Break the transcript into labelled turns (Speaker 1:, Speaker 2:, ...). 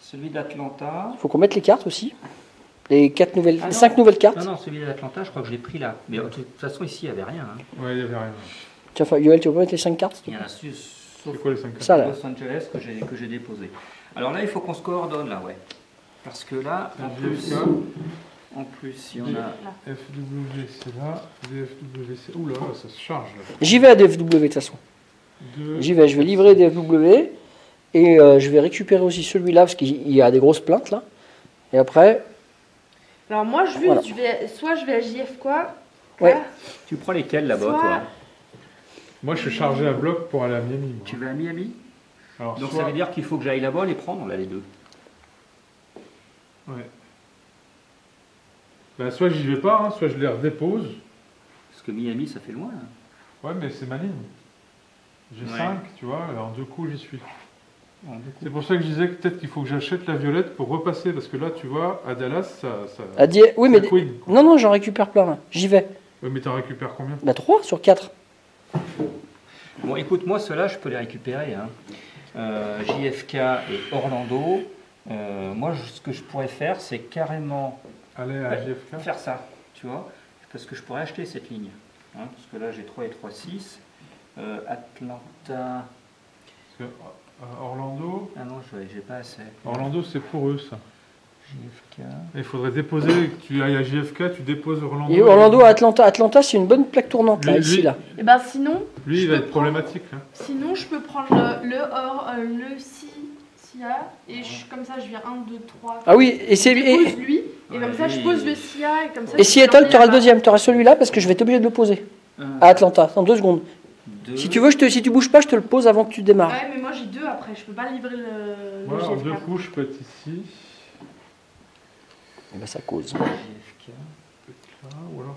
Speaker 1: Celui d'Atlanta.
Speaker 2: Il faut qu'on mette les cartes aussi. Les, quatre nouvelles,
Speaker 1: Ah
Speaker 2: les
Speaker 1: non.
Speaker 2: cinq nouvelles cartes.
Speaker 1: Non, non, celui d'Atlanta, je crois que je l'ai pris là. Mais euh, de toute façon, ici, il n'y avait rien. hein.
Speaker 3: Ouais, il y avait rien.
Speaker 2: Tiens, enfin, Yoel, tu peux mettre les cinq cartes
Speaker 1: Il y en a su- sauf
Speaker 3: C'est quoi les 5
Speaker 2: Ça, là.
Speaker 1: Los Angeles que j'ai que j'ai déposé. Alors là, il faut qu'on se coordonne là, ouais. Parce que là, en plus, en plus, il y en a.
Speaker 3: FWC là, DFWC. Oula, ça se charge là.
Speaker 2: J'y vais à DFW de toute façon.
Speaker 3: Deux.
Speaker 2: J'y vais, je vais livrer DFW et euh, je vais récupérer aussi celui-là parce qu'il il y a des grosses plaintes là. Et après,
Speaker 4: Alors moi, je, veux-
Speaker 2: Voilà.
Speaker 4: je vais, soit je vais à JF quoi,
Speaker 2: Ouais.
Speaker 1: Tu prends lesquels là-bas,
Speaker 4: Soit-
Speaker 1: toi
Speaker 3: Moi, je suis chargé à bloc pour aller à Miami. moi.
Speaker 1: Tu vas à Miami
Speaker 3: Alors,
Speaker 1: Donc
Speaker 3: soit-
Speaker 1: ça veut dire qu'il faut que j'aille là-bas les prendre là les deux.
Speaker 3: Ouais. Bah, soit j'y vais pas, hein, soit je les redépose.
Speaker 1: Parce que Miami, ça fait loin. hein.
Speaker 3: Ouais, mais c'est ma ligne. J'ai
Speaker 1: Ouais.
Speaker 3: 5, tu vois, alors du coup, j'y suis. C'est pour ça que je disais que peut-être qu'il faut que j'achète la violette pour repasser, parce que là, tu vois, à Dallas, ça. ça...
Speaker 2: à Die- Ah, Oui,
Speaker 3: ça
Speaker 2: mais.
Speaker 3: couine, quoi.
Speaker 2: Non, non, j'en récupère plein là. J'y vais.
Speaker 3: Ouais, mais t'en récupères combien
Speaker 2: Bah, 3 sur 4.
Speaker 1: Bon, écoute, moi, ceux-là, je peux les récupérer. hein. Euh, JFK et Orlando. Euh, moi, je- ce que je pourrais faire, c'est carrément
Speaker 3: Allez à
Speaker 1: Ouais.
Speaker 3: JFK.
Speaker 1: faire ça, tu vois, parce que je pourrais acheter cette ligne. hein, parce que là, j'ai 3 et 3, 6. Euh, Atlanta.
Speaker 3: Parce que, euh, Orlando,
Speaker 1: Ah non, je j'ai pas assez.
Speaker 3: Orlando, c'est pour eux, ça.
Speaker 1: JFK.
Speaker 3: Et Il faudrait déposer, que tu ailles à JFK, tu déposes Orlando.
Speaker 2: Et Orlando à Atlanta. Atlanta, c'est une bonne plaque tournante là,
Speaker 3: Ah Lui-
Speaker 2: ici
Speaker 3: lui-
Speaker 2: là.
Speaker 4: Et ben sinon,
Speaker 3: Lui,
Speaker 4: Je
Speaker 3: il va
Speaker 4: peux
Speaker 3: être problématique. hein.
Speaker 4: sinon je peux prendre le, le or, euh, le si, sia, et je- comme ça je viens 1, 2, 3.
Speaker 2: Ah oui, et c'est.
Speaker 4: Je
Speaker 2: Et,
Speaker 4: pose lui, et comme ça je
Speaker 1: Ouais,
Speaker 4: pose
Speaker 1: lui.
Speaker 4: le sia, et comme ça.
Speaker 2: et
Speaker 4: je
Speaker 2: si
Speaker 4: peux
Speaker 2: Ethel,
Speaker 4: l'emmener
Speaker 2: t'auras le
Speaker 4: là-bas.
Speaker 2: deuxième, t'auras celui-là parce que je vais t'obliger de le poser à Atlanta. Dans deux secondes. Ah, Si tu veux, je te, si tu bouges pas, je te le pose avant que tu démarres.
Speaker 4: Ouais, mais moi j'ai deux après, je peux pas livrer le.
Speaker 3: Moi,
Speaker 4: le
Speaker 3: en
Speaker 4: JFK.
Speaker 3: deux coups, je peux être ici.
Speaker 2: Et bah, ça cause.
Speaker 1: JFK.
Speaker 3: Là, ou alors